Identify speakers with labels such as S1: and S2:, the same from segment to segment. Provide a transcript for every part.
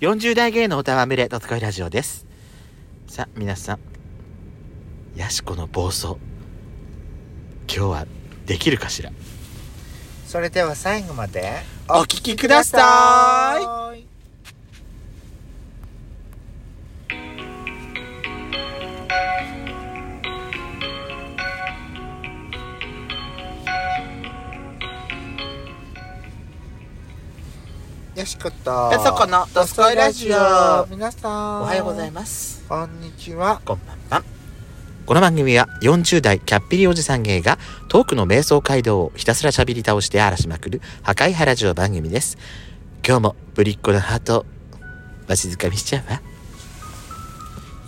S1: 40代芸のおたわむれ、とつこいラジオです。さあ、皆さん、やしこの暴走、今日はできるかしら
S2: それでは最後まで
S1: お聞きください
S2: よしこと
S1: ペソコのドスコイラジオ
S2: 皆さん
S1: おはようございます
S2: こんにちは
S1: こんばんはこの番組は40代キャッピリおじさん芸がトークの瞑想街道をひたすらしゃべり倒して荒らしまくる破壊ハラジオ番組です今日もぶりっ子のハートわしづかみしちゃうわ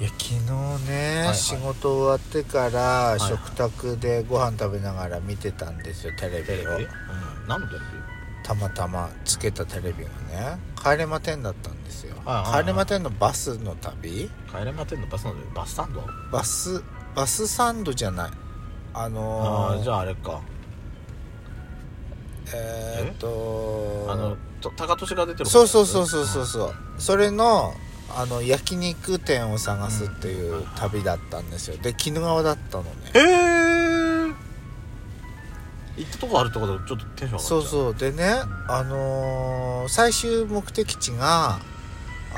S2: いや昨日ね、
S1: はいはい
S2: 仕事終わってから、
S1: いはい
S2: 食卓でご飯食べながら見てたんですよテレビを
S1: うん、何のテレ
S2: たまたまつけたテレビがね帰れま10だったんですよ、
S1: はいはいはい
S2: 帰れま10のバスの旅
S1: ビ帰れまてんのバスなんだよバスサンド
S2: バスバスサンドじゃないあのー
S1: ゃああれか
S2: えーっと
S1: と高俊が出て
S2: そうそうそうそうそうそうそれのあの焼肉店を探すっていう旅だったんですよで鬼怒川だったのね
S1: へえ行ったとこあるってことちょっとテンション上がっちゃう
S2: そうそうでねあのー最終目的地が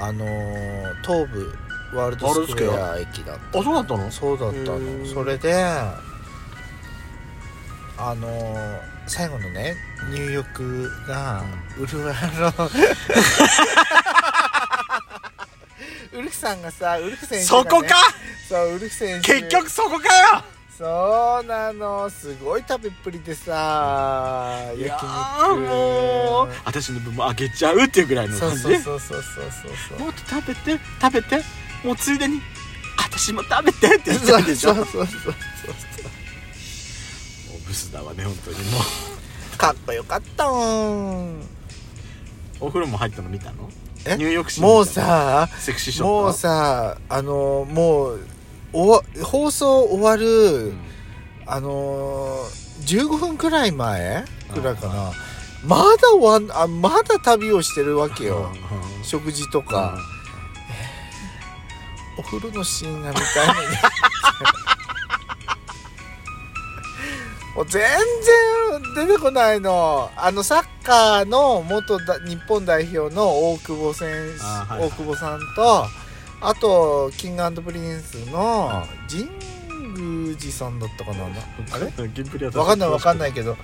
S2: あのー東武ワールドスクエア駅だっ
S1: あそうだったの
S2: たそうだった
S1: へ
S2: の
S1: ー
S2: それであのー最後のね入浴がうるわのウルフさんがさウルフ選手が、
S1: そ
S2: ね、
S1: こか
S2: そうウルフ選手
S1: 結局そこかよ
S2: そうなのすごい食べっぷりでさ焼
S1: いや
S2: 肉
S1: ーもう私の分もあげちゃうっていうぐらいの
S2: そう
S1: 感じ
S2: そうそうそうそうそう
S1: もっと食べて食べてもうついでに私も食べてって言って
S2: そう
S1: るでしょ
S2: そうそう
S1: も
S2: そう
S1: うブスだわね本当にも
S2: かっこよかったもん
S1: うお風呂も入ったの見たの
S2: え
S1: 入浴シーン
S2: もうさ
S1: セクシーショット
S2: もうさあのもうおわ放送終わる、
S1: うん
S2: あのー、15分くらい前くらいかな
S1: あ
S2: まだ終わんあまだ旅をしてるわけよ
S1: うん
S2: 食事とか、お風呂のシーンが見たいのに もう全然出てこないのあのサッカーの元だ日本代表の大久保選手、
S1: あはいはい
S2: 大久保さんとあとキングプリンスの神宮寺さんだったかなあれ
S1: れキンプリ
S2: わかんないわかんないいけど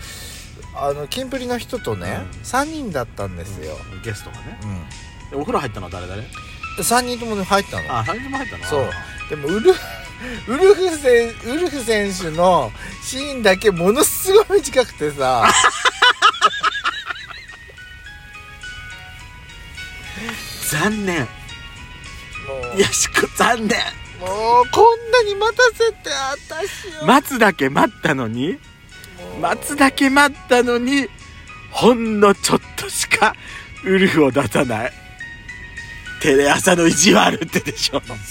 S2: あのキンプリの人とね、
S1: うん
S2: 3人だったんですよ、
S1: ゲストがね
S2: うん
S1: でお風呂入ったのは誰誰
S2: 3人ともね入ったの
S1: あ3人も入ったの
S2: そうでもウル フウルフ選ウルフ選手のシーンだけものすごい短くてさ
S1: 残念
S2: もう
S1: よしこ残念
S2: もうこんなに待たせて私を
S1: 待つだけ待ったのに
S2: もう
S1: 待つだけ待ったのにほんのちょっとしかウルフを出さないテレ朝の意地悪ってでしょ
S2: 意地悪だもう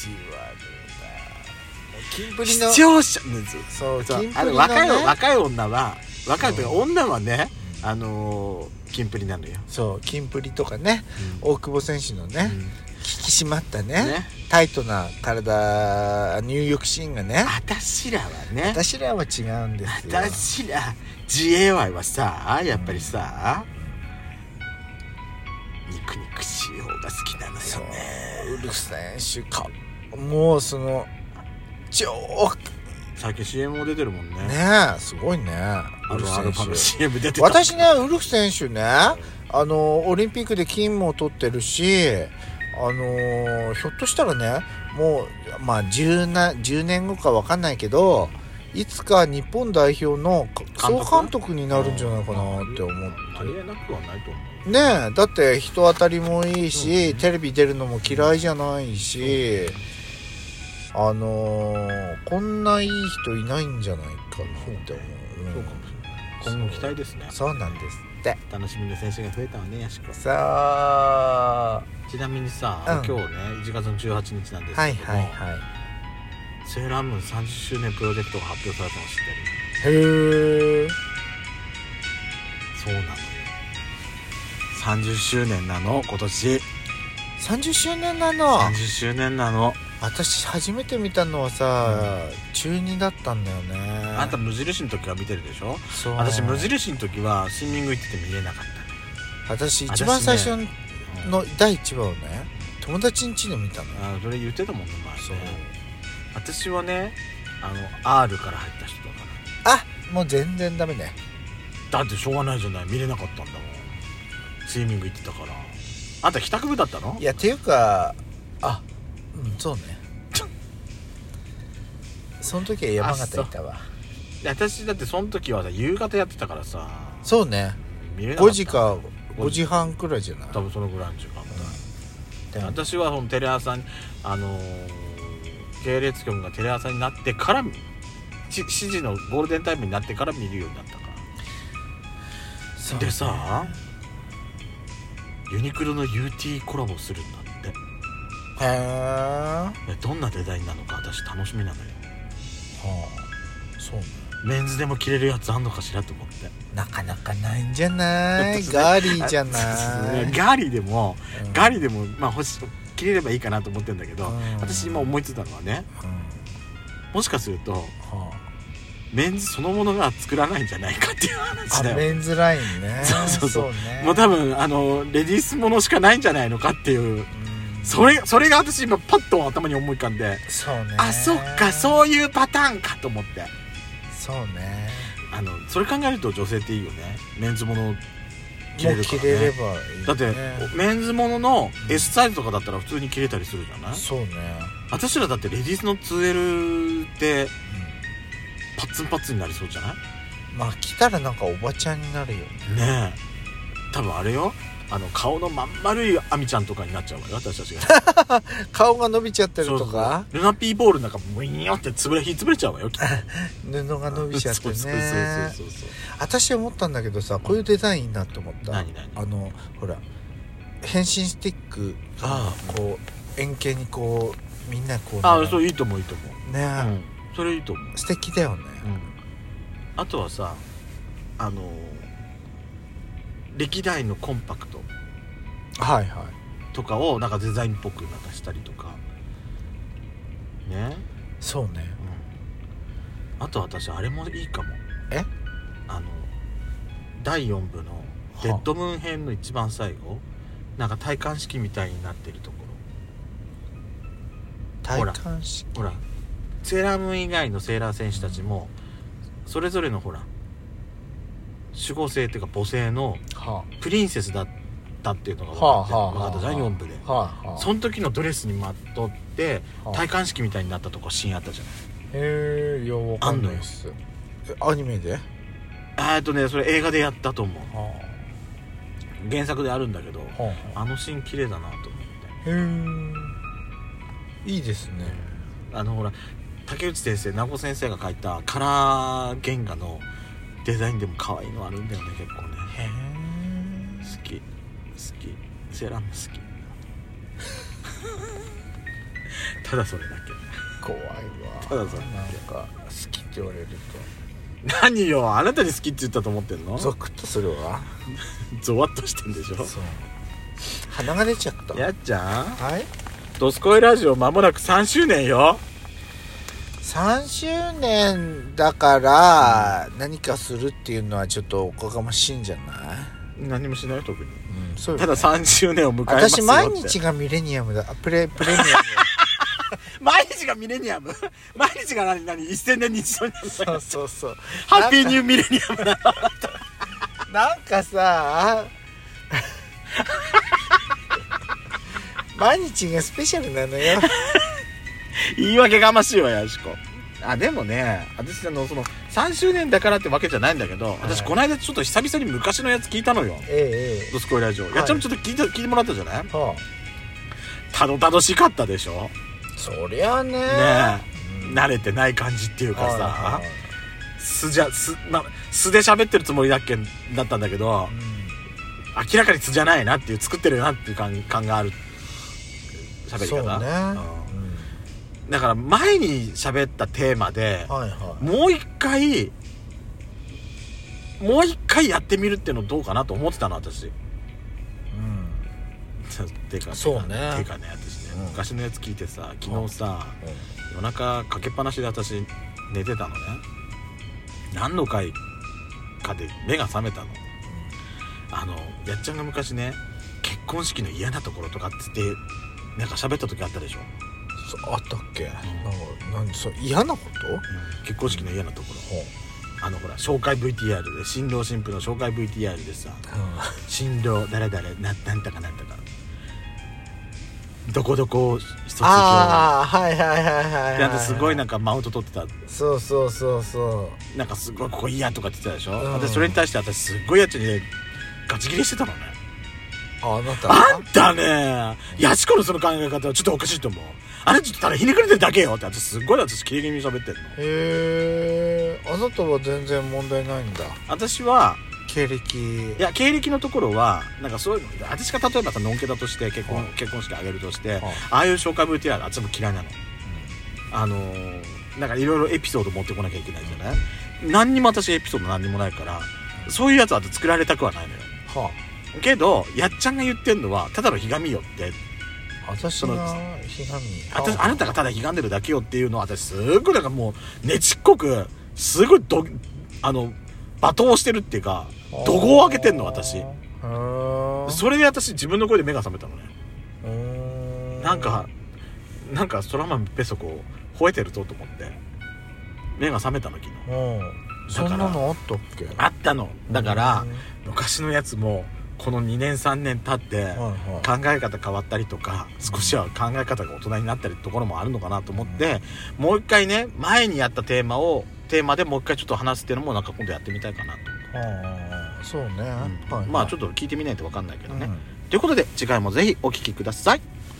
S2: キンプリの
S1: 視聴者むず
S2: そうキ
S1: そう
S2: ンプ
S1: あ
S2: リ
S1: の
S2: の、ね、
S1: 若い若い女は若いというか
S2: うん
S1: 女はねあのー、キンプリなのよ、
S2: そうキンプリとかね
S1: お
S2: 大久保選手のね、
S1: ね
S2: 引き締まったねタイトな体入浴シーンがね
S1: 私らはね
S2: 私らは違うんですよ
S1: 私ら GAY はさやっぱりさ肉肉しい方が好きなの
S2: そう
S1: よね
S2: ウルフ選手かもうその超
S1: 最近 CM も出てるもんね
S2: ねえすごいね
S1: あ
S2: ウル
S1: のアル
S2: フ
S1: ファ
S2: 選
S1: の CM
S2: 手
S1: 出てた
S2: 私ねウルフ選手ねあのオリンピックで金も取ってるしあのひょっとしたらねもうまあ 10, な10年後かわかんないけどいつか日本代表の
S1: 督
S2: 総監督になるんじゃないかなって思っ
S1: あ
S2: て
S1: りえなくはないと思う
S2: ねえだって人当たりもいいし、テレビ出るのも嫌いじゃないし、あのーこんないい人いないんじゃないかなって思う
S1: そうかもしれない今後期待ですね
S2: そうなんですって
S1: 楽しみな選手が増えたわねやしこ
S2: さあ
S1: ちなみにさ、
S2: う
S1: 今
S2: ん
S1: 日ね1月の18日なんですけども、
S2: はいはいはい
S1: セーラームーン30周年プロジェクトが発表されたの知って
S2: へえ
S1: るそうなのよ30周年なの今年
S2: 30周年なの
S1: 30周年なの
S2: 私初めて見たのはさ、中2だったんだよね
S1: あんた無印の時は見てるでしょ
S2: そう
S1: 私無印の時はスイミング行ってて見れなかっ私
S2: 私一番最初
S1: たうん
S2: の第1話をね友達ん家で見たの
S1: あそれ言ってたもんね前ね
S2: そう
S1: 私はねあの R から入った人だか
S2: あもう全然ダメね
S1: らだってしょうがないじゃない見れなかったんだもんスイミング行ってたからあんた帰宅部だったの
S2: いやっていうかあうんそうねその時は山形いたわ
S1: 私だってその時はさ夕方やってたからさ
S2: そうね
S1: 見れなかった
S2: 5時か5時半くらいじゃない
S1: 多分そのぐらいの時間帯、
S2: うん
S1: 私はそのテレ朝にあのー系列局がテレ朝になってからし7時のゴールデンタイムになってから見るようになったから
S2: そうね
S1: でさユニクロの UT コラボするんだって
S2: へえ、は
S1: えどんなデザインなのか私楽しみなのよ
S2: あ、そうね
S1: メンズでも着れるやつあんのかしらと思って
S2: なかなかないんじゃない
S1: そうね
S2: ガーリーじゃない、
S1: あ ガリでも
S2: うん
S1: ガリでもまあ欲し着れればいいかなと思ってんだけど、
S2: うん
S1: 私今思いついたのはね
S2: うん
S1: もしかすると
S2: は
S1: メンズそのものが作らないんじゃないかっていう
S2: あ
S1: 話
S2: あ
S1: だよ
S2: メンズラインね
S1: そうそうそう
S2: ね
S1: もう多分あのレディースものしかないんじゃないのかっていう
S2: うん
S1: それそれが私今パッと頭に思い浮かんで
S2: そうね
S1: あそっか
S2: う
S1: そういうパターンかと思って
S2: そうね
S1: あのそれ考えると女性っていいよねメンズもの着
S2: も
S1: れ
S2: う
S1: るか
S2: 着
S1: ら、
S2: れれ
S1: ね、
S2: ばいい、ね、
S1: だってメンズものの
S2: うん
S1: S サイズとかだったら普通に着れたりするじゃない
S2: そうね、
S1: 私らだってレディースの 2L ってパッツンパッツンになりそうじゃない
S2: うん、まあ着たらなんかおばちゃんになるよね
S1: ねえ多分あれよあの顔のまん丸いアミちゃんとかになっちゃうわよ私たちが
S2: 顔が伸びちゃってる
S1: そう
S2: とか
S1: そうルナピーボールなんかブイーンって潰れひっ潰れちゃうわ よきっと
S2: 布が伸びちゃってね
S1: そうそうそうそうそう
S2: 私思ったんだけどさこういうデザインいいなって思った
S1: 何何
S2: あのほら変身スティックが
S1: ああ
S2: こう円形にこうみんなこう
S1: ああそう
S2: ね
S1: いいと思ういいと思う、うん、それいいと思う
S2: 素敵だよね
S1: あとはさあのー歴代のコンパクト
S2: はいはい
S1: とかをなんかデザインっぽくなんかしたりとかね、
S2: そうね
S1: あと私あれもいいかも
S2: え
S1: あの第4部の「デッドムーン編」の一番最後なんか戴冠式みたいになってるとこ
S2: 体感式
S1: ろほらセーラームーン以外のセーラー戦士たちもそれぞれのほら守護星っていうか母星の
S2: は
S1: プリンセスだったっていうのが分
S2: はあ
S1: かっ
S2: は
S1: て
S2: あ
S1: 分かったじゃん4部で
S2: あはいはい
S1: その時のドレスにまとって
S2: はあ
S1: 戴冠式みたいになったとこシーンあったじゃ
S2: へえいやわかんないっすえアニメでは
S1: ないえっとねそれ映画でやったと思う
S2: あは
S1: 原作であるんだけど
S2: あはあ
S1: あのシーン綺麗だなと思って
S2: へえいいですね
S1: あのほら竹内先生名護先生が描いたカラー原画のデザインでも可愛いのあるんだよね結構ね
S2: へえ
S1: 好き好きセーラーも好 きただそれだけ
S2: 怖いわ
S1: ただそれ
S2: なんか好きって言われる
S1: 何よあなたに好きって言ったと思ってんの
S2: とゾクッとするわ
S1: ゾワッとしてんでしょ
S2: そう鼻が出ちゃった
S1: やっちゃん
S2: はい
S1: 「ドスコイラジオ」まもなく3周年よ
S2: 3周年だから何かするっていうのはちょっとおこがましいんじゃない、
S1: 何もしないよ特に
S2: うん、そうよ
S1: ただ3周年を迎えますよって
S2: 私毎日がミレニアムだあプレプレミアム
S1: 毎日がミレニアム毎日が何何1000年に一度になる
S2: そうそうそう
S1: ハッピーニューミレニアムだ
S2: なんか さ毎日がスペシャルなの よ
S1: 言い訳がましいわやしこあでもね私あのその3周年だからってわけじゃないんだけど私
S2: はい
S1: この間ちょっと久々に昔のやつ聞いたのよ
S2: え
S1: 「ドスコイラジオ」
S2: い
S1: やっちゃんもちょっと聞いて聞いてもらったじゃない
S2: えはあ
S1: たどたどしかったでしょね
S2: そりゃね
S1: え
S2: うん
S1: 慣れてない感じっていうか
S2: はい
S1: さ
S2: はい
S1: 素じゃ素,、まあ、素で喋ってるつもりだっけだったんだけど
S2: う
S1: 明らかに素じゃないなっていう作ってるなっていう感感がある喋り
S2: そう
S1: 方、
S2: ね
S1: うん
S2: ん
S1: だから前に喋ったテーマで
S2: はいはい
S1: もう一回もう一回やってみるっていうのどうかなと思ってたの私
S2: うん
S1: さ てか
S2: そうね
S1: てかね私ね、
S2: うん
S1: 昔のやつ聞いてさ昨日さ、夜中かけっぱなしで私寝てたのね何の回かで目が覚めたのあのやっちゃんが昔ね結婚式の嫌なところとかっつってなんか喋った時あったでしょ、
S2: そうあったっけなんか何そう嫌なこと
S1: 結婚式の嫌なところ
S2: ほ
S1: あのほら紹介 VTR で新郎新婦の紹介 VTR でさ
S2: う
S1: 新郎誰々ななんたかなんたかどこどこを卒業
S2: ああはいはいはいはい、はい、
S1: であとすごいなんかマウント取ってた
S2: そうそうそうそ
S1: なんかすごいここ嫌とかって言ってたでしょ、
S2: うん
S1: 私それに対して私すっごいやつにねガチ切れしてたのね
S2: うああなた
S1: あんたねヤシコのその考え方はちょっとおかしいと思うあれちょっとただひねくれてるだけよって私すっごい私切れ気味に喋ってんの
S2: へえあなたは全然問題ないんだ
S1: 私は
S2: 経歴
S1: いや経歴のところはなんかそういうの私が例えばさのんけだとして結婚,、
S2: はい
S1: 結婚式あげるとして、
S2: い
S1: ああいう紹介 VTR あっちも嫌いなのあのーなんかいろいろエピソード持ってこなきゃいけないじゃない何にも私エピソード何にもないからそういうやつは作られたくはないのよ
S2: は
S1: けどやっちゃんが言ってんのはただのひがみよって
S2: あ私
S1: の
S2: がひがみ
S1: 私あなたがただひがんでるだけよっていうのは私すごいなんかもうねちっこくすごいどあの罵倒してるっていうか怒号を上げてんの私
S2: へえ
S1: それで私自分の声で目が覚めたのね
S2: な
S1: なんかなんか空豆ペソコ吠えてるぞと思って目が覚めたの昨日
S2: うんそんなのあったっけ
S1: あったのだから
S2: うん
S1: 昔のやつもこの2年3年経って
S2: はいはい
S1: 考え方変わったりとか少しは考え方が大人になったりところもあるのかなと思って、もう一回ね前にやったテーマをテーマでもう一回ちょっと話すっていうのもなんか今度やってみたいかなと、
S2: ああそうね、
S1: うん
S2: はい
S1: まあちょっ
S2: っ
S1: と聞いてみないと分かんないけど
S2: う
S1: ね、
S2: ん
S1: ということで次回もぜひお聞きください